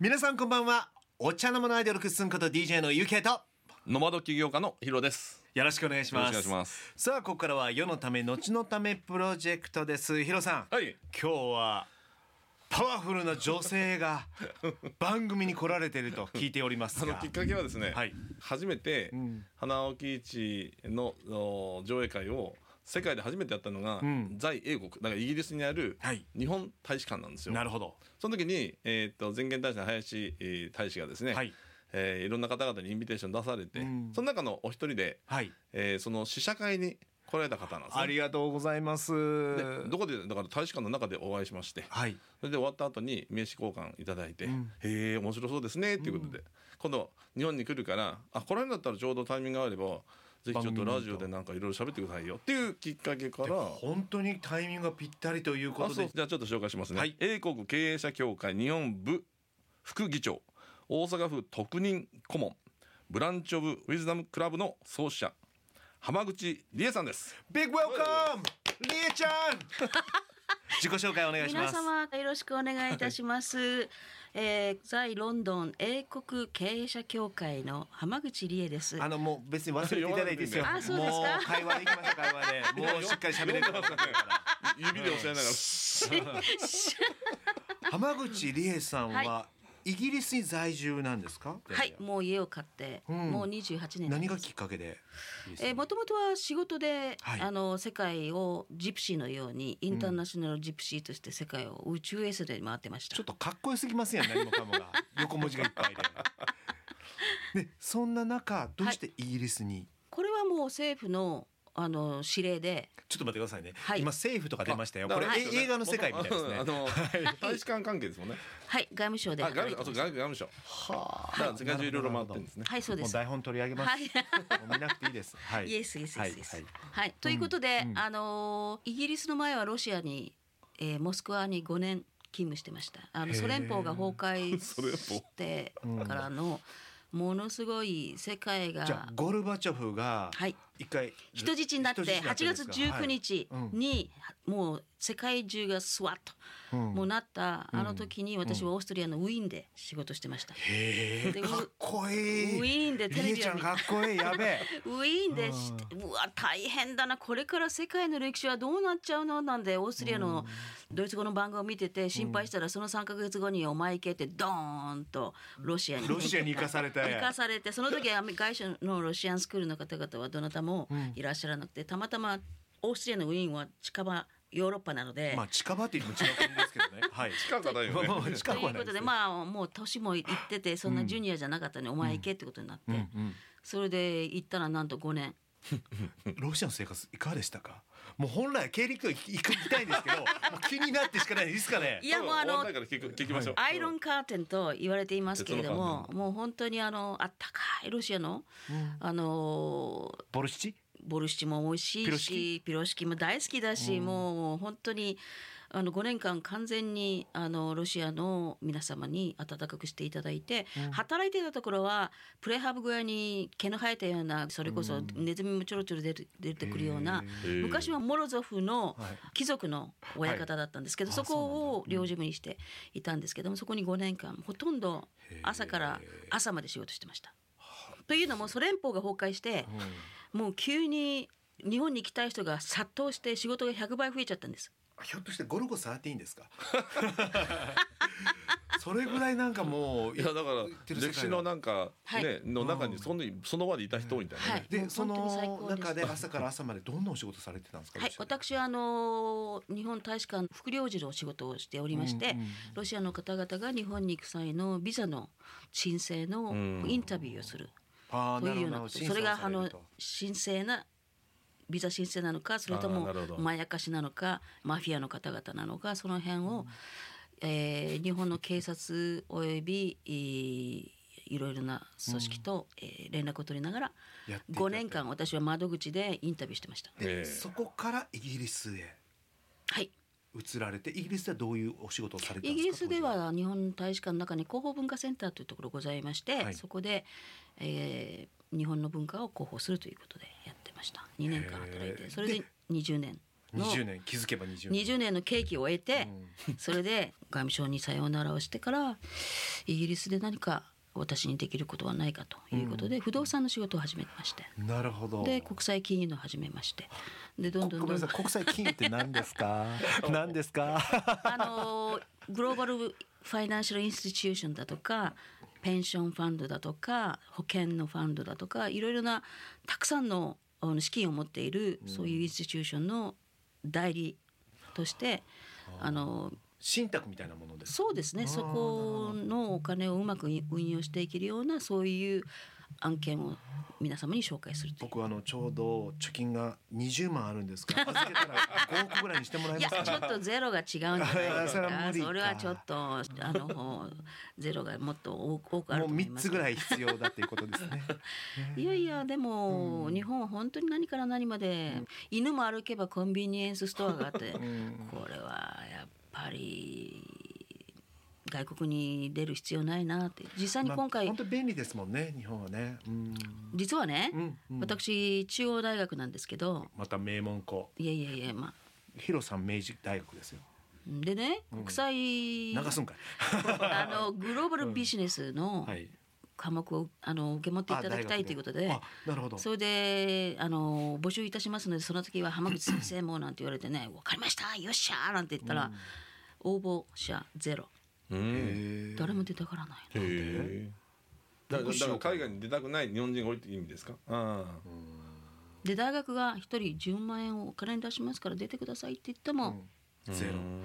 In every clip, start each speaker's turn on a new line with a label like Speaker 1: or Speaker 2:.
Speaker 1: 皆さんこんばんはお茶の間のアイドルくっすんこと DJ のゆうけいと
Speaker 2: ノマド起業家のヒロです。
Speaker 1: よろしくお願いします
Speaker 2: よろしくお願いします
Speaker 1: さあここからは世のため後のためプロジェクトですヒロさん、
Speaker 2: はい
Speaker 1: 今日はパワフルな女性 が番組に来られてると聞いております
Speaker 2: その
Speaker 1: が
Speaker 2: きっかけはですね、
Speaker 1: はい
Speaker 2: 初めて花置市のお上映会を世界で初めてやったのが、
Speaker 1: ん
Speaker 2: 在英国だからイギリスにある
Speaker 1: はい
Speaker 2: 日本大使館なんですよ。
Speaker 1: なるほど
Speaker 2: その時に、えー、と前現大使の林、えー大使がですね、
Speaker 1: はい
Speaker 2: えーいろんな方々にインビテーション出されて、
Speaker 1: ん
Speaker 2: その中のお一人で、
Speaker 1: はい
Speaker 2: えーその試写会に来られた方なんです
Speaker 1: あ
Speaker 2: ね。
Speaker 1: りがとうございます
Speaker 2: でどこでだから大使館の中でお会いしまして、
Speaker 1: はい
Speaker 2: それで終わった後に名刺交換いただいて「へえ面白そうですね」っていうことで、今度日本に来るからあこの辺だったらちょうどタイミングがあればぜひちょっとラジオでなんかいろいろ喋ってくださいよっていうきっかけから。
Speaker 1: 本当にタイミングがぴったりというこ
Speaker 2: あ
Speaker 1: と
Speaker 2: そう
Speaker 1: で
Speaker 2: じゃあちょっと紹介しますね、
Speaker 1: はい
Speaker 2: 英国経営者協会日本部副議長大阪府特任顧問ブランチ・オブ・ウィズダム・クラブの創始者浜口理恵さんです
Speaker 1: ビッグウェルカムりえ ちゃん自己紹介お願いします
Speaker 3: 皆様よろしくお願いいたします。えー、在ロンドン英国経営者協会の浜口理恵です。
Speaker 1: あのもう別に忘れていただいていいですよ。
Speaker 3: あそうですか
Speaker 1: もう会話で行きましょう会話で。 もうしっかり喋れるから。
Speaker 2: 指で押さえながら
Speaker 1: 浜口理恵さんは、
Speaker 3: は
Speaker 1: イギリスに在住なんですか。
Speaker 3: はい、もう家を買って、
Speaker 1: ん
Speaker 3: もう28年
Speaker 1: 何がきっかけで。
Speaker 3: えー、もともとは仕事で、
Speaker 1: はい
Speaker 3: あの世界をジプシーのようにインターナショナルジプシーとして世界を宇宙衛星で回ってました。
Speaker 1: ちょっとかっこよすぎますよね何もかも が横文字がいっぱいで。でそんな中どうしてイギリスに。
Speaker 3: これはもう政府のあの指令で、
Speaker 1: ちょっと待ってくださいね。
Speaker 3: はい
Speaker 1: 今政府とか出ましたよ。
Speaker 2: だ
Speaker 1: こ
Speaker 2: か
Speaker 1: れ、
Speaker 2: ら
Speaker 1: え映画の世界みたいですね。
Speaker 2: あの大使館関係ですもんね。
Speaker 3: はい、外 務省で
Speaker 2: あ、外
Speaker 3: 働い
Speaker 2: 務、あ、
Speaker 3: て
Speaker 2: そう、
Speaker 3: ました。
Speaker 2: 外務省。はあ。だから世界中いろいろ回ってるんですね。
Speaker 3: はい、そうで
Speaker 1: もう
Speaker 3: す。
Speaker 1: 台本取り上げます。
Speaker 3: はい
Speaker 1: もう見なくていいです。はい。
Speaker 3: イエスイエスイエスイエス。
Speaker 1: は
Speaker 3: はいい
Speaker 1: はい、
Speaker 3: ということで、あのーイギリスの前はロシアに、えーモスクワに5年勤務してました。あのソ連邦が崩壊
Speaker 2: ソ連邦
Speaker 3: してからのものすごい世界
Speaker 1: じゃ
Speaker 3: が
Speaker 1: あゴルバチョフが
Speaker 3: はい
Speaker 1: 一回
Speaker 3: 人質になって
Speaker 1: 人質
Speaker 3: 8
Speaker 1: になって
Speaker 3: 月
Speaker 1: ですか
Speaker 3: 19日にもう世界中がスワッともうなったあの時に私はオーストリアのウィーンで仕事してました。
Speaker 1: へえ
Speaker 3: で
Speaker 1: かっこいい
Speaker 3: ウィーンでテレビを見
Speaker 1: りえちゃんかっこいいやべ え
Speaker 3: ウィーンでしてうわ大変だなこれから世界の歴史はどうなっちゃうのなんでオーストリアのドイツ語の番組を見てて心配したらその3か月後にお前行けってドーンとロシアに
Speaker 1: ロシアに行かされて
Speaker 3: 行かされてその時は外省のロシアンスクールの方々はどなたもいらっしゃらなくてたまたまオーストリアのウィーンは近場ヨーロッパなので。
Speaker 1: まあ近場っていうのも違う国ですけどねはい
Speaker 2: 近くはないよね。
Speaker 1: まあまあ
Speaker 3: と
Speaker 1: 近く
Speaker 3: い
Speaker 1: は
Speaker 3: う
Speaker 1: な
Speaker 3: こ
Speaker 1: いで
Speaker 3: とですまあもう年もいっててそんなジュニアじゃなかったのに、お前行けってことになって、それで行ったらなんと5年
Speaker 1: ロシアの生活いかがでしたかもう本来は経理教育行きたいんですけ どもう気になってしかないですかね
Speaker 3: いやもうあ
Speaker 2: 終わ
Speaker 3: の
Speaker 2: んないから聞く聞きましょう。
Speaker 3: アイロンカーテンと言われていますけれども、もう本当にあのあったかいロシアの、あの
Speaker 1: ボルシチ
Speaker 3: ボルシチも美味しいし
Speaker 1: ピ
Speaker 3: ピ
Speaker 1: ロ
Speaker 3: ロ
Speaker 1: シ
Speaker 3: シ
Speaker 1: キ
Speaker 3: キも大好きだし、もう本当にあの5年間完全にあのロシアの皆様に温かくしていただいて、働いてたところはプレハブ小屋に毛の生えたようなそれこそネズミもちょろちょろ出る出てくるような、
Speaker 2: ー
Speaker 3: 昔はモロゾフの
Speaker 1: はい
Speaker 3: 貴族の親方だったんですけど、
Speaker 1: はい
Speaker 3: そこ
Speaker 1: あ
Speaker 3: を領事部にしていたんですけどもそこに5年間ほとんど朝から朝まで仕事してました。というのもソ連邦が崩壊して、もう急に日本に行きたい人が殺到して仕事が100倍増えちゃったんです。
Speaker 1: ひょっとしてゴルゴ13ですか それぐらいなんかもう
Speaker 2: いやだから歴史のなんか
Speaker 3: はい
Speaker 2: ねの中にそのその場でいた人みたいな
Speaker 3: は
Speaker 2: ね
Speaker 3: い。
Speaker 1: で
Speaker 3: もう
Speaker 1: そ
Speaker 3: 本当に最高
Speaker 1: の
Speaker 3: です
Speaker 1: 中で朝から朝までどんなお仕事されてたんですか
Speaker 3: は
Speaker 1: ロ、
Speaker 3: い
Speaker 1: シアで
Speaker 3: 私はあのー日本大使館副領事のお仕事をしておりまして、ロシアの方々が日本に行く際のビザの申請のインタビューをする
Speaker 1: あー
Speaker 3: というよう
Speaker 1: な
Speaker 3: な
Speaker 1: る
Speaker 3: こ
Speaker 1: ほど
Speaker 3: と、それがあ
Speaker 1: 審査をさ
Speaker 3: の
Speaker 1: れると
Speaker 3: 神聖なビザ申請なのかそれと
Speaker 2: あーな
Speaker 3: も
Speaker 2: るほど
Speaker 3: まやかしなのかマフィアの方々なのかその辺を、えー日本の警察およびえーいろいろな組織と、えー連絡を取りながら
Speaker 1: やっていた
Speaker 3: 5年間私は窓口でインタビューしてました。
Speaker 2: ええ
Speaker 1: そこからイギリスへ
Speaker 3: はい
Speaker 1: 移られてイギリスではどういうお仕事をされてたん
Speaker 3: イ
Speaker 1: ですか
Speaker 3: ギリスでは日本大使館の中に広報文化センターというところがございまして、
Speaker 1: はい
Speaker 3: そこで、えー日本の文化を広報するということでやってました2年間働い
Speaker 1: へー
Speaker 3: てそれ
Speaker 1: で
Speaker 3: で20年の
Speaker 1: 20年気づけば20年
Speaker 3: 20年の刑期を終えて、それで外務省にさようならをしてからイギリスで何か私にできることはないかということで、不動産の仕事を始めまして
Speaker 1: うんなるほど
Speaker 3: で国際金融の始めましてでどん
Speaker 1: こ
Speaker 3: どん
Speaker 1: ごめん
Speaker 3: ど
Speaker 1: なん
Speaker 3: ど
Speaker 1: さい国
Speaker 3: ん
Speaker 1: 際金融って何です か何です か
Speaker 3: あのーグローバルファイナンシャルインスティチューションだとかペンションファンドだとか保険のファンドだとかいろいろなたくさんのあの資金を持っているそういうインスティチューションの代理として、あのー
Speaker 1: 信託みたいなものです
Speaker 3: そうですね
Speaker 1: あー
Speaker 3: そこのお金をうまく運用していけるようなそういう案件を皆様に紹介するという。
Speaker 1: 僕はあのちょうど貯金が20万あるんです から預けたら5億ぐらいにしてもらえ
Speaker 3: い
Speaker 1: ま
Speaker 3: や
Speaker 1: すか
Speaker 3: ちょっとゼロが違うんじゃ ないです
Speaker 1: それは無
Speaker 3: か
Speaker 1: 理か
Speaker 3: それはちょっとあのゼロがもっと多く多くある
Speaker 1: もう
Speaker 3: と思い
Speaker 1: 3
Speaker 3: ます
Speaker 1: つぐらい必要だっていうことですね
Speaker 3: いやいやでも、
Speaker 1: うん
Speaker 3: 日本は本当に何から何まで、犬も歩けばコンビニエンスストアがあって、
Speaker 1: うん
Speaker 3: これはやっぱり外国に出る必要ないなって実際に今
Speaker 1: まあ
Speaker 3: 回、
Speaker 1: 本当に便利ですもんね日本はねうん
Speaker 3: 実はね、
Speaker 1: うんうん
Speaker 3: 私中央大学なんですけど
Speaker 1: また名門校
Speaker 3: いやいやいやまあ
Speaker 1: ヒロさん明治大学ですよ
Speaker 3: でね
Speaker 1: うん
Speaker 3: 国際、
Speaker 1: 流すんかい
Speaker 3: あのグローバルビジネスの
Speaker 1: はい
Speaker 3: 科目をあの受け持っていただきたいということで
Speaker 1: あなるほど
Speaker 3: それであの募集いたしますのでその時は浜口先生もなんて言われて ね「分かりましたよっしゃー」なんて言ったら、応募者ゼロ
Speaker 2: うん。
Speaker 1: へー
Speaker 3: 誰も出たからない
Speaker 2: へえ。だから
Speaker 1: どうし
Speaker 2: だ
Speaker 1: よ
Speaker 2: か
Speaker 1: う
Speaker 2: ら
Speaker 1: かな
Speaker 2: 海外に出たくない日本人が多いって意味ですか。ああ。
Speaker 3: で大学が一人10万円をお金に出しますから出てくださいって言っても、
Speaker 1: うんゼロ
Speaker 2: うん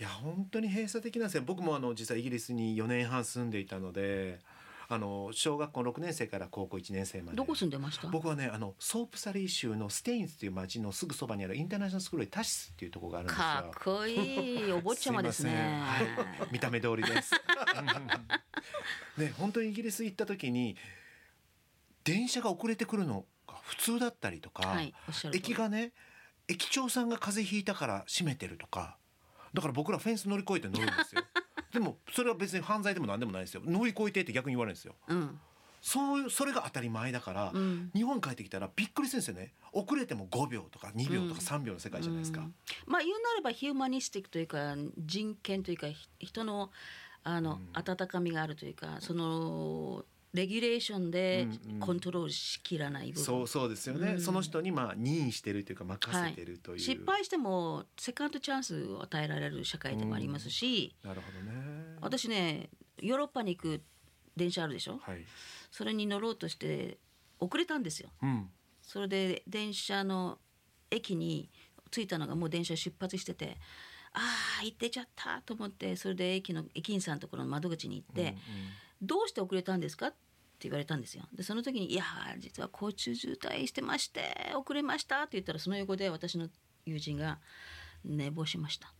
Speaker 1: いや本当に閉鎖的なんですよ僕もあの実はイギリスに4年半住んでいたのであの小学校6年生から高校1年生まで
Speaker 3: どこ住んでました
Speaker 1: 僕はねあのソープサリー州のステインズという町のすぐそばにあるインターナショナルスクールでタシスっていうところがあるんですよ
Speaker 3: かっこいいお坊ちゃま です
Speaker 1: い
Speaker 3: ね
Speaker 1: ませんはい、見た目通り です。ね、本当にイギリス行った時に。電車が遅れてくるのが普通だったりとか、
Speaker 3: はいおっしゃる通り
Speaker 1: 駅がね。駅長さんが風邪ひいたから閉めてるとか。だから僕らフェンス乗り越えて乗るんです よ。でもそれは別に犯罪でも何でもないですよ。乗り越えてって逆に言われるんですよ。
Speaker 3: うん
Speaker 1: そういうそれが当たり前だから、
Speaker 3: うん
Speaker 1: 日本帰ってきたらびっくりするんですよね。遅れても5秒とか2秒とか3秒の世界じゃないですか。
Speaker 3: うんまあ言うなればヒューマニスティックというか人権というかひ人のあの温かみがあるというかそのレギュレーションで
Speaker 1: うんうん
Speaker 3: コントロールしきらない部分、
Speaker 1: そうそうですよね、
Speaker 3: うん
Speaker 1: その人にまあ任意してるというか任せてるという、
Speaker 3: 失敗してもセカンドチャンスを与えられる社会でもありますし、
Speaker 1: なるほどね
Speaker 3: 私ねヨーロッパに行く電車あるでしょ
Speaker 1: はい、
Speaker 3: それに乗ろうとして遅れたんですよ
Speaker 1: うん、
Speaker 3: それで電車の駅に着いたのがもう電車出発しててああ行ってちゃったと思ってそれで駅の駅員さんのところの窓口に行って、どうして遅れたんですか?」って言われたんですよでその時に「いやー実は交通渋滞してまして遅れました」って言ったらその横で私の友人が「寝坊しました」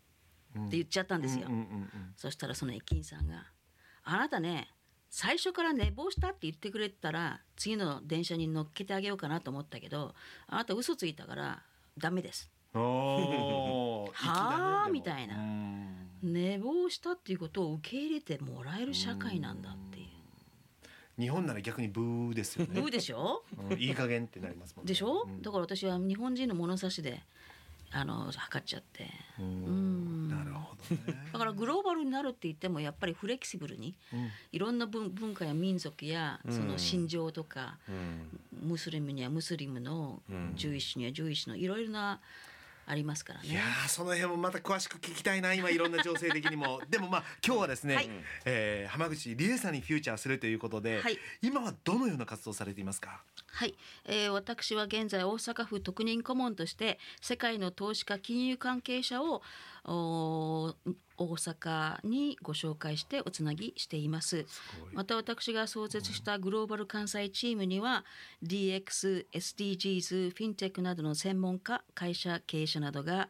Speaker 1: うん
Speaker 3: って言っちゃったんですよ、
Speaker 1: うんうんうん
Speaker 3: そしたらその駅員さんが「あなたね最初から寝坊したって言ってくれてたら次の電車に乗っけてあげようかなと思ったけどあなた嘘ついたからダメです
Speaker 1: うんおー 粋だね
Speaker 3: はあ
Speaker 1: でも
Speaker 3: みたいな
Speaker 1: うん
Speaker 3: 寝坊したっていうことを受け入れてもらえる社会なんだっていう
Speaker 1: 日本なら逆にブーですよね
Speaker 3: どうでしょう
Speaker 1: うんいい加減ってなりますもんね
Speaker 3: でしょ、
Speaker 1: うん
Speaker 3: だから私は日本人の物差しであの測っちゃって
Speaker 1: うん
Speaker 3: ん
Speaker 1: なるほどね
Speaker 3: だからグローバルになるって言ってもやっぱりフレキシブルに
Speaker 1: うん
Speaker 3: いろんな文文化や民族や
Speaker 2: うん
Speaker 3: その心情とか、
Speaker 2: うん。
Speaker 3: ムスリムにはムスリムの、
Speaker 2: うん
Speaker 3: ジュイッシュにはジュイッシュのいろいろなありますから
Speaker 1: いや
Speaker 3: ね。
Speaker 1: ーその辺もまた詳しく聞きたいな今いろんな情勢的にも でもまあ今日はですね、
Speaker 3: はい
Speaker 1: えー浜口理恵さんにフューチャーするということで、
Speaker 3: はい
Speaker 1: 今はどのような活動をされていますか
Speaker 3: はい、えー私は現在大阪府特任顧問として世界の投資家金融関係者をおー大阪にご紹介しておつなぎしていますまた私が創設したグローバル関西チームには DX、SDGs、フィンテックなどの専門家会社経営者などが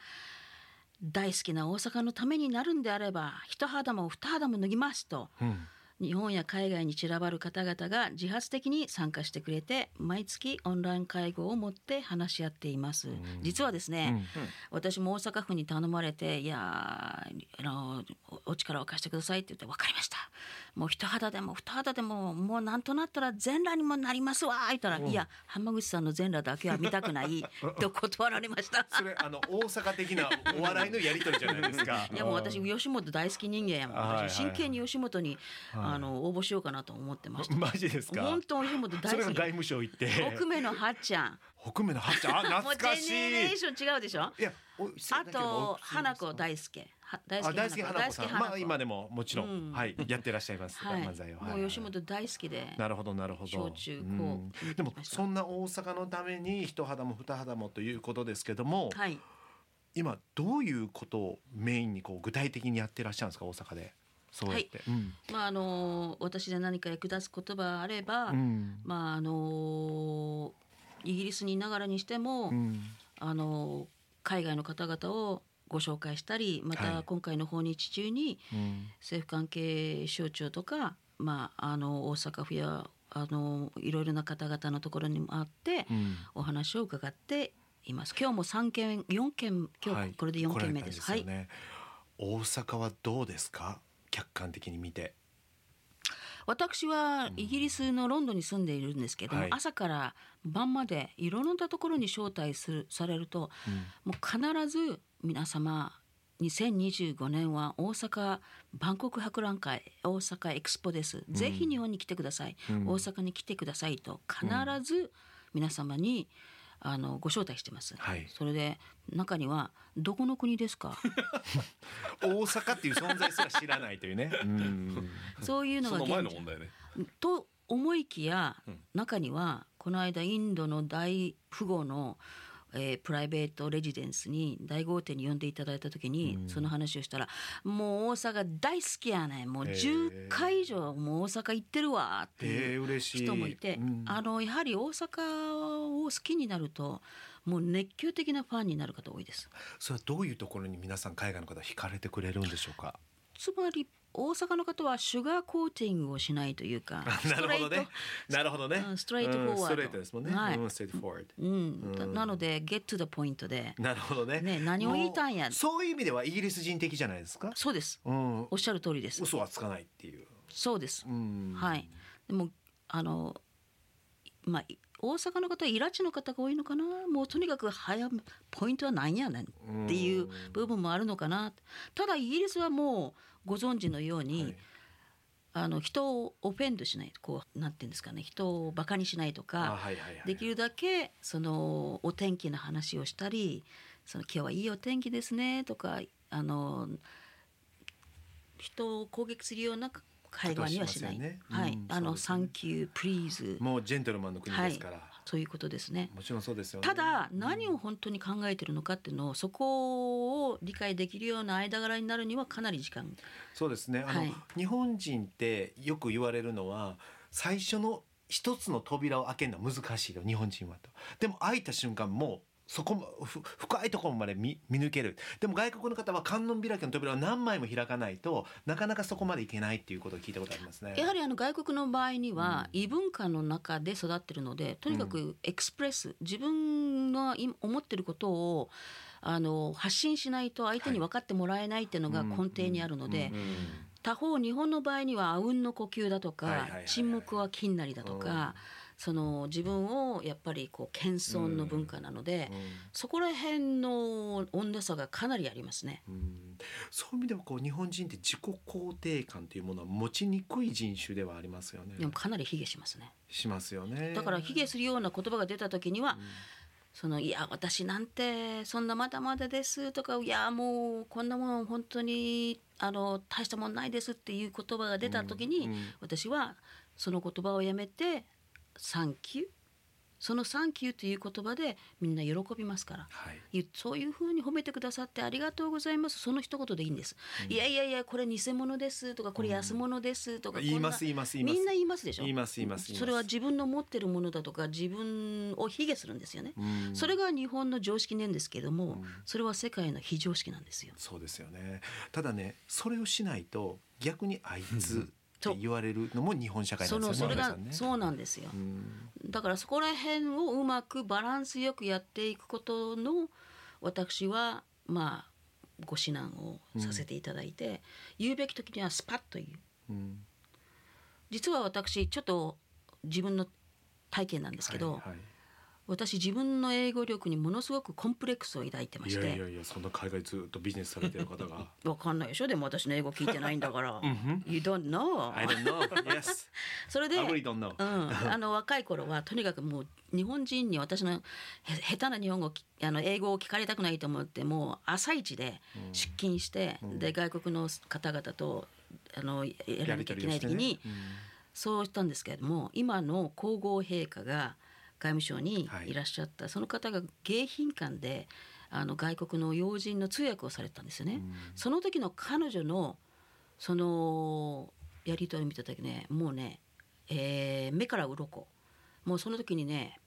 Speaker 3: 大好きな大阪のためになるんであれば一肌も二肌も脱ぎますと日本や海外に散らばる方々が自発的に参加してくれて毎月オンライン会合を持って話し合っています、実はですね、私も大阪府に頼まれて「いやーあのおお力を貸してください」って言って「分かりましたもう一肌でも二肌でももうなんとなったら全裸にもなりますわ言ったら、いや浜口さんの全裸だけは見たくない と断られました。
Speaker 1: それあの大阪的なお笑いのやり取りじゃないですか
Speaker 3: いやもう私吉本大好き人間やもん、
Speaker 1: はいはい
Speaker 3: 私真剣に吉本に、あの応募しようかなと思ってまし た
Speaker 1: マジですか
Speaker 3: 本当吉本
Speaker 1: そ
Speaker 3: 大
Speaker 1: れが
Speaker 3: 好
Speaker 1: 外
Speaker 3: き
Speaker 1: 務省行って
Speaker 3: 奥目のはっちゃん
Speaker 1: 北米のハッチャンあ
Speaker 3: もう
Speaker 1: 懐かしい
Speaker 3: ジェネレーション違うでしょ
Speaker 1: いやお
Speaker 3: あと花子大輔は大
Speaker 1: あ
Speaker 3: 輔
Speaker 1: 大好き花子さん
Speaker 3: 大好き
Speaker 1: まあ今でももちろん、
Speaker 3: うん
Speaker 1: はいやってらっしゃいます、
Speaker 3: はい
Speaker 1: 漫才を、はい
Speaker 3: もう吉本大好きで
Speaker 1: なるほどなるほど
Speaker 3: 小中
Speaker 1: う
Speaker 3: 高
Speaker 1: んでもそんな大阪のために一肌も二肌もということですけども、
Speaker 3: はい
Speaker 1: 今どういうことをメインにこう具体的にやってらっしゃるんですか大阪でそうやって、うん
Speaker 3: まああの私で何か役立つ言葉あれば、
Speaker 1: うん
Speaker 3: まああのイギリスにいながらにしても、
Speaker 1: うん
Speaker 3: あの海外の方々をご紹介したり
Speaker 1: は
Speaker 3: ま
Speaker 1: い
Speaker 3: た今回の訪日中に
Speaker 1: うん
Speaker 3: 政府関係省庁とか、まあ、あの大阪府やあのいろいろな方々のところにもあって
Speaker 1: うん
Speaker 3: お話を伺っています今日も三件4件今
Speaker 1: は
Speaker 3: 日
Speaker 1: い
Speaker 3: これで4件目です,、
Speaker 1: 来ら
Speaker 3: は
Speaker 1: れ
Speaker 3: い
Speaker 1: たんよね大阪はどうですか客観的に見て
Speaker 3: 私はイギリスのロンドンに住んでいるんですけども、
Speaker 1: はい
Speaker 3: 朝から晩までいろんなところに招待するされると、もう必ず皆様2025年は大阪万国博覧会大阪エクスポです、ぜひ日本に来てください、
Speaker 1: うん
Speaker 3: 大阪に来てくださいと必ず皆様に、あのご招待してます、
Speaker 1: はい
Speaker 3: それで中には「どこの国ですか?
Speaker 1: 大阪っていう存在すら知らないというね、 うん」
Speaker 3: そういうの
Speaker 2: そ
Speaker 3: が
Speaker 2: の
Speaker 3: 現
Speaker 2: 前の
Speaker 3: 状
Speaker 2: 問題ね。
Speaker 3: と思いきや、
Speaker 2: うん
Speaker 3: 中にはこの間インドの大富豪の、えープライベートレジデンスに大豪邸に呼んでいただいた時に、その話をしたら「もう大阪大好きやねんもう
Speaker 1: へえ
Speaker 3: 10回以上もう大阪行ってるわ」って
Speaker 1: え
Speaker 3: い
Speaker 1: え
Speaker 3: う
Speaker 1: 嬉しい
Speaker 3: 人もいて、
Speaker 1: うん
Speaker 3: あのやはり大阪を好きになるともう熱狂的なファンになる方多いです。
Speaker 1: それはどういうところに皆さん海外の方惹かれてくれるんでしょうか
Speaker 3: つまり大阪の方はシュガーコーティングをしないというか
Speaker 1: なるほどね
Speaker 3: ト
Speaker 1: なるほどね、
Speaker 3: うんストレートフォワード
Speaker 1: うんストレートですもんね、
Speaker 3: はい
Speaker 1: うんストレートフォワー
Speaker 3: うん
Speaker 1: う
Speaker 3: だ
Speaker 1: ん
Speaker 3: なので「get to the point で
Speaker 1: ドなるほどね
Speaker 3: ね何を言いたんや
Speaker 1: もうそういう意味ではイギリス人的じゃないですか
Speaker 3: そうです
Speaker 1: うん
Speaker 3: おっしゃる通りです
Speaker 1: 嘘はつかないっていう、
Speaker 3: そうです
Speaker 1: うん
Speaker 3: はいでもあのまあい大阪の方はイラチの方が多いのかなもうとにかく早めポイントはなんやねんっていう部分もあるのかなただイギリスはもうご存知のように、
Speaker 1: はい
Speaker 3: あの人をオフェンドしないこうなんていうんですかね人をバカにしないと
Speaker 1: あ
Speaker 3: か
Speaker 1: はいはいはい
Speaker 3: できるだけそのお天気の話をしたりその今日はいいお天気ですねとかあの人を攻撃するような会話にはしない。
Speaker 1: ことはしませんね
Speaker 3: はい、
Speaker 1: うん
Speaker 3: あ
Speaker 1: そう
Speaker 3: の、
Speaker 1: ですね
Speaker 3: サンキュープリーズ
Speaker 1: もうジェントルマンの国ですから、
Speaker 3: はい、ということですね。
Speaker 1: もちろんそうですよね
Speaker 3: ただ何を本当に考えてるのかっていうのをそこを理解できるような間柄になるにはかなり時間
Speaker 1: そうですねあの、
Speaker 3: はい
Speaker 1: 日本人ってよく言われるのは最初の一つの扉を開けるのは難しいよ日本人はと。でも開いた瞬間もうそこもふ深いところまで見見抜けるでも外国の方は観音開きの扉を何枚も開かないとなかなかそこまでいけないっていうことを聞いたことありますね。
Speaker 3: やはりあの外国の場合には異文化の中で育ってるのでとにかくエクスプレス自分の今思ってることをあの発信しないと相手に分かってもらえないっていうのが根底にあるの
Speaker 1: うんうん
Speaker 3: で
Speaker 1: うん
Speaker 3: 他方日本の場合にはあうんの呼吸だと
Speaker 1: はいはい
Speaker 3: か
Speaker 1: はいはい
Speaker 3: 沈黙は金なりだとかその自分をやっぱりこう謙遜の文化なのでそこら辺の温度差がかなりありますね。
Speaker 1: うんうんそういう意味でもこう日本人って自己肯定感というものは持ちにくい人種ではありますよね
Speaker 3: で。もかなり卑下しますね。
Speaker 1: しますよね。
Speaker 3: だから卑下するような言葉が出た時には、そのいや私なんてそんなまだまだですとかいやもうこんなもん本当にあの大したもんないですっていう言葉が出た時に、
Speaker 1: うんうん
Speaker 3: 私はその言葉をやめて「サンキュー」その「サンキュー」という言葉でみんな喜びますから。
Speaker 1: はい。
Speaker 3: いそういうふうに褒めてくださってありがとうございますその一言でいいんです、いやいやいやこれ偽物ですとかこれ安物ですとか、こんな
Speaker 1: 言います言います言います
Speaker 3: みんな言いますでしょ
Speaker 1: 言います言います言います
Speaker 3: それは自分の持ってるものだとか自分を卑下するんですよね、
Speaker 1: うん
Speaker 3: それが日本の常識なんですけども、それは世界の非常識なんですよ
Speaker 1: そうですよね。ただね、それをしないと逆にあいつって言われるのも日本社会な
Speaker 3: そ
Speaker 1: んで
Speaker 3: の
Speaker 1: すよ
Speaker 3: そ
Speaker 1: ね。
Speaker 3: れ
Speaker 1: 皆
Speaker 3: が、
Speaker 1: さんね
Speaker 3: そうなんですよ、
Speaker 1: うん
Speaker 3: だからそこら辺をうまくバランスよくやっていくことの私はまあご指南をさせていただいて、言うべき時にはスパッと言う
Speaker 1: うん
Speaker 3: 実は私ちょっと自分の体験なんですけど、
Speaker 1: はいはい
Speaker 3: 私自分の英語力にものすごくコンプレックスを抱いてま
Speaker 1: い
Speaker 3: し
Speaker 1: やい
Speaker 3: て
Speaker 1: やいやそんな海外ずっとビジネスされてる方 が
Speaker 3: わかんないでしょでも私の英語聞いてないんだか
Speaker 1: う
Speaker 3: ら
Speaker 1: ん
Speaker 3: You don't know
Speaker 1: I don't know yes
Speaker 3: それ
Speaker 1: I
Speaker 3: で
Speaker 1: really don't know
Speaker 3: うん、あの若い頃はとにかくもう日本人に私のへ下手な日本語をきあの英語を聞かれたくないと思ってもう朝一で出勤して、で外国の方々とあのややらなきゃいけない時に、そうしたんですけれども今の皇后陛下が外務省に
Speaker 1: はい
Speaker 3: いらっしゃった、その方が迎賓館であの外国の要人の通訳をされてたんですよね。その時の彼女のそのやり取りを見た時ねもうね、えー目から鱗もうその時にね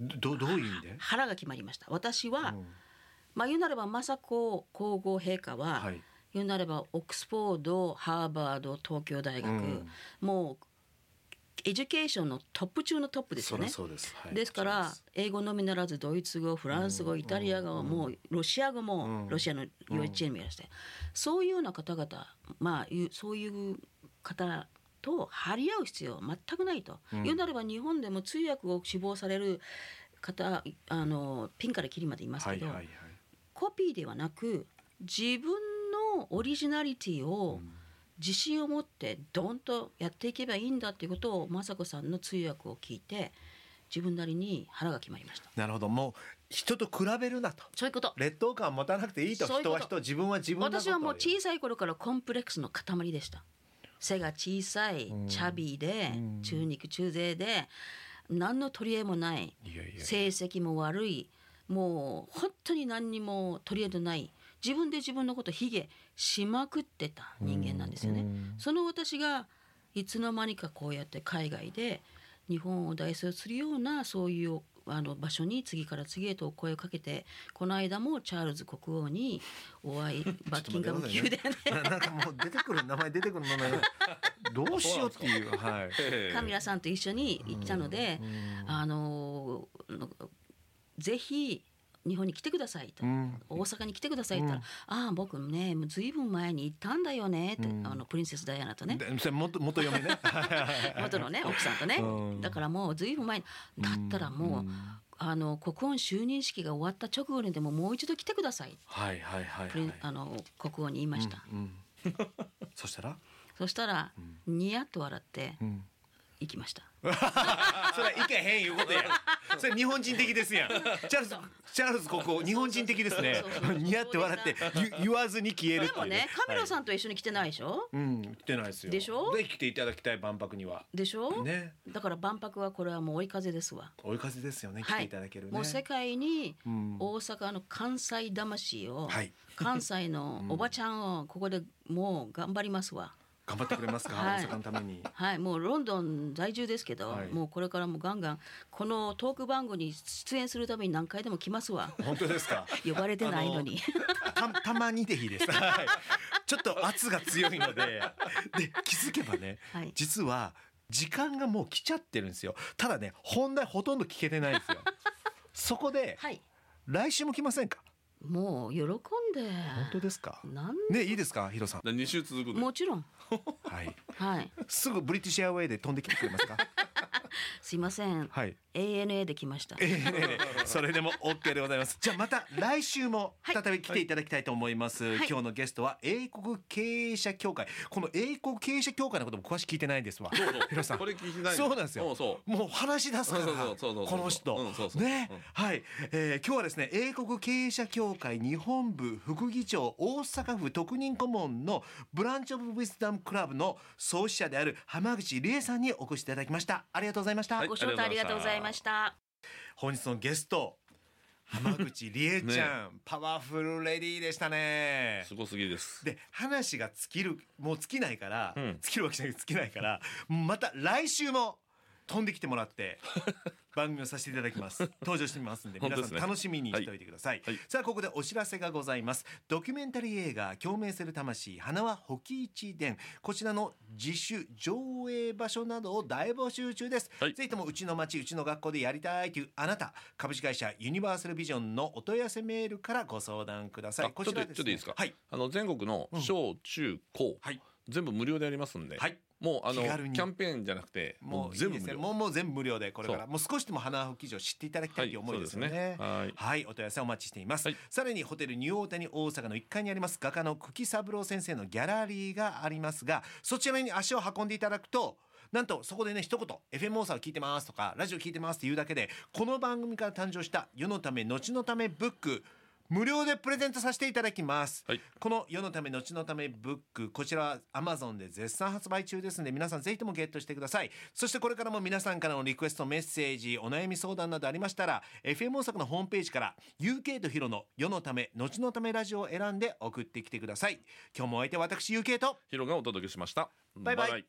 Speaker 1: どどういう意味で、
Speaker 3: 腹が決まりました私は、
Speaker 1: うん
Speaker 3: まあ言うなれば雅子皇后陛下は、
Speaker 1: はい
Speaker 3: 言うなればオックスフォードハーバード東京大学、
Speaker 1: うん
Speaker 3: もうエデュケーションのトップ中のトップですよね。
Speaker 1: そりゃそうです、はい
Speaker 3: ですから英語のみならずドイツ語フランス語イタリア語もうロシア語
Speaker 1: うん
Speaker 3: もロシアの幼稚園もいらしてそういうような方々まあいうそういう方と張り合う必要は全くないと、
Speaker 1: うん
Speaker 3: 言うなれば日本でも通訳を志望される方あのピンからキリまでいます
Speaker 1: は
Speaker 3: け
Speaker 1: い
Speaker 3: ど、
Speaker 1: はいはい
Speaker 3: コピーではなく自分のオリジナリティを自信を持ってドンとやっていけばいいんだっていうことを雅子さんの通訳を聞いて自分なりに腹が決まりました。
Speaker 1: なるほどもう人と比べるなと
Speaker 3: そういうこと
Speaker 1: 劣等感を持たなくていいと
Speaker 3: そういう
Speaker 1: 人
Speaker 3: こと
Speaker 1: は人自分は自分だ
Speaker 3: 私はもう
Speaker 1: ー
Speaker 3: 小さい頃からコンプレックスの塊でした背が小さい
Speaker 1: うん
Speaker 3: チャビーで
Speaker 1: うん
Speaker 3: 中肉中背で何の取り柄もない
Speaker 1: いやいやいや
Speaker 3: 成績も悪いもう本当に何にも取り柄のない自分で自分のこと卑下しまくってた人間なんですよね。
Speaker 1: うん
Speaker 3: その私がいつの間にかこうやって海外で日本を代表するようなそういうあの場所に次から次へとお声をかけてこの間もチャールズ国王にお 会いバッキンガム宮殿で
Speaker 1: な なんかもう出てくる名前出てくる名前どうしようっていうはい
Speaker 2: ええ
Speaker 3: カミラさんと一緒に行ったので
Speaker 1: うん
Speaker 3: あののぜひ日本に来てくださいと。
Speaker 1: うん
Speaker 3: 大阪に来てくださいって言ったら「ああ僕ねもうずいぶん前に行ったんだよね」って、
Speaker 1: うん
Speaker 3: あのプリンセスダイアナとね
Speaker 1: でそれ元元嫁ね
Speaker 3: 元のね奥さんとね、
Speaker 1: うん
Speaker 3: だからもうずいぶん前にだったらもう、
Speaker 1: ん
Speaker 3: あの国王就任式が終わった直後にでももう一度来てください
Speaker 1: はいはいはい
Speaker 3: プリン
Speaker 1: はい
Speaker 3: あの国王に言いました、
Speaker 1: うんうんそしたら
Speaker 3: そしたら
Speaker 1: うん
Speaker 3: ニヤッと笑って
Speaker 1: うん
Speaker 3: 行きました、
Speaker 1: それはいけへんいうことやん それ日本人的ですやんチャールズチャールズ国王日本人的ですね
Speaker 3: そうそうそう
Speaker 1: 似合って笑ってゆ言わずに消えるっ
Speaker 3: で
Speaker 1: ていう
Speaker 3: もねカメラ
Speaker 1: ん、
Speaker 3: さんと一緒に来てないでしょ、
Speaker 1: はいうん言ってないですよ
Speaker 3: でしょ
Speaker 1: ぜひ来ていただきたい万博には
Speaker 3: でしょ、
Speaker 1: ね
Speaker 3: だから万博はこれはもう追い風ですわ、
Speaker 1: 追い風ですよね来
Speaker 3: は
Speaker 1: て
Speaker 3: い
Speaker 1: いただけるね、
Speaker 3: もう世界に
Speaker 1: うん
Speaker 3: 大阪の関西魂を、
Speaker 1: はい
Speaker 3: 関西 のおばちゃんをここでもう頑張りますわ、
Speaker 1: 頑張ってくれますか、
Speaker 3: はい
Speaker 1: 大阪のために
Speaker 3: はい、もうロンドン在住ですけど、
Speaker 1: はい
Speaker 3: もうこれからもガンガンこのトーク番組に出演するために何回でも来ま すわ
Speaker 1: 本当ですか
Speaker 3: 呼ばれてないのに
Speaker 1: た たまにでいいです、はい、ちょっと圧が強いのでで気づけばね
Speaker 3: はい
Speaker 1: 実は時間がもう来ちゃってるんですよただね本題ほとんど聞けてないん ですよそこで
Speaker 3: はい
Speaker 1: 来週も来ませんか
Speaker 3: もう喜んで
Speaker 1: 本当ですか
Speaker 3: なん
Speaker 1: ねいいですかヒロさん
Speaker 2: で二週続くの
Speaker 3: もちろん
Speaker 1: はい
Speaker 3: はい
Speaker 1: すぐブリティッシュエアウェイで飛んできてくれます か
Speaker 3: すいません
Speaker 1: はい
Speaker 3: ANA で来ました
Speaker 1: ええねえ それでも OK でございますじゃあまた来週も
Speaker 3: はい
Speaker 1: 再び来ていただきたいと思います、
Speaker 3: はい
Speaker 1: 今日のゲストは英国経営者協会この英国経営者協会のことも詳しく聞いてないんですわ
Speaker 2: そうそう
Speaker 1: ヒロさん
Speaker 2: これ聞いてない
Speaker 1: そうなんですよ
Speaker 2: そうそう
Speaker 1: もう話し出すから
Speaker 2: そうそうそうそうそう
Speaker 1: この人、
Speaker 2: うんそうそう
Speaker 1: ね、
Speaker 2: うん
Speaker 1: はい、えー今日はですね英国経営者協会日本部副議長大阪府特任顧問のブランチ・オブ・ウィスダム・クラブの創始者である浜口理恵さんにお越しいただきましたありがとうございました、
Speaker 2: はい
Speaker 3: ご招待ありがとうございました
Speaker 1: 本日のゲスト浜口理恵ちゃん、 パワフルレディーでしたね
Speaker 2: すごすぎです
Speaker 1: で話が尽きるもう尽きないから、
Speaker 2: うん
Speaker 1: 尽きるわけじゃなくて尽きないからまた来週も飛んできてもらって 番組をさせていただきます登場してみますんで
Speaker 2: 本
Speaker 1: 皆
Speaker 2: 当
Speaker 1: さ
Speaker 2: です
Speaker 1: ん
Speaker 2: ね
Speaker 1: 楽しみにしておいてください、
Speaker 2: はい
Speaker 1: さあここでお知らせがございますドキュメンタリー映画「共鳴する魂花は保木一伝」こちらの自主上映場所などを大募集中です、
Speaker 2: はい
Speaker 1: ぜひともうちの町うちの学校でやりたいというあなた株式会社ユニバーサルビジョンのお問い合わせメールからご相談くださ
Speaker 2: あ
Speaker 1: いこちら
Speaker 2: ちょっとちょっといいですか
Speaker 1: はい
Speaker 2: あの全国の小中高
Speaker 1: はい
Speaker 2: 全部無料でやりますんで
Speaker 1: はい
Speaker 2: もうあ
Speaker 1: 気
Speaker 2: のキ
Speaker 1: 軽に
Speaker 2: ャンペーンじゃなくて
Speaker 1: も
Speaker 2: も
Speaker 1: う
Speaker 2: う
Speaker 1: 全
Speaker 2: 全
Speaker 1: 部いいですね
Speaker 2: 部無料
Speaker 1: もうもう全部無料でこれから
Speaker 2: そう
Speaker 1: もう少しでも花吹城を知っていただきたいという思いですよね。
Speaker 2: はいそうですねはい
Speaker 1: はい、お問い合わせお待ちしています。
Speaker 2: はい
Speaker 1: さらにホテルニューオータニ大阪の1階にあります画家の久喜三郎先生のギャラリーがありますが、そちらに足を運んでいただくと。なんとそこでね一言「FM 大阪を聞いてます」とか「ラジオ聞いてます」って言うだけでこの番組から誕生した「世のため後のためブック」無料でプレゼントさせていただきます、
Speaker 2: はい
Speaker 1: この世のため後のためブックこちらは Amazon で絶賛発売中ですので皆さんぜひともゲットしてくださいそしてこれからも皆さんからのリクエストメッセージお悩み相談などありましたら FM 大阪のホームページから UK とヒロの世のため後のためラジオを選んで送ってきてください今日もお相手は私 UK と
Speaker 2: ヒロがお届けしました
Speaker 1: バイバイ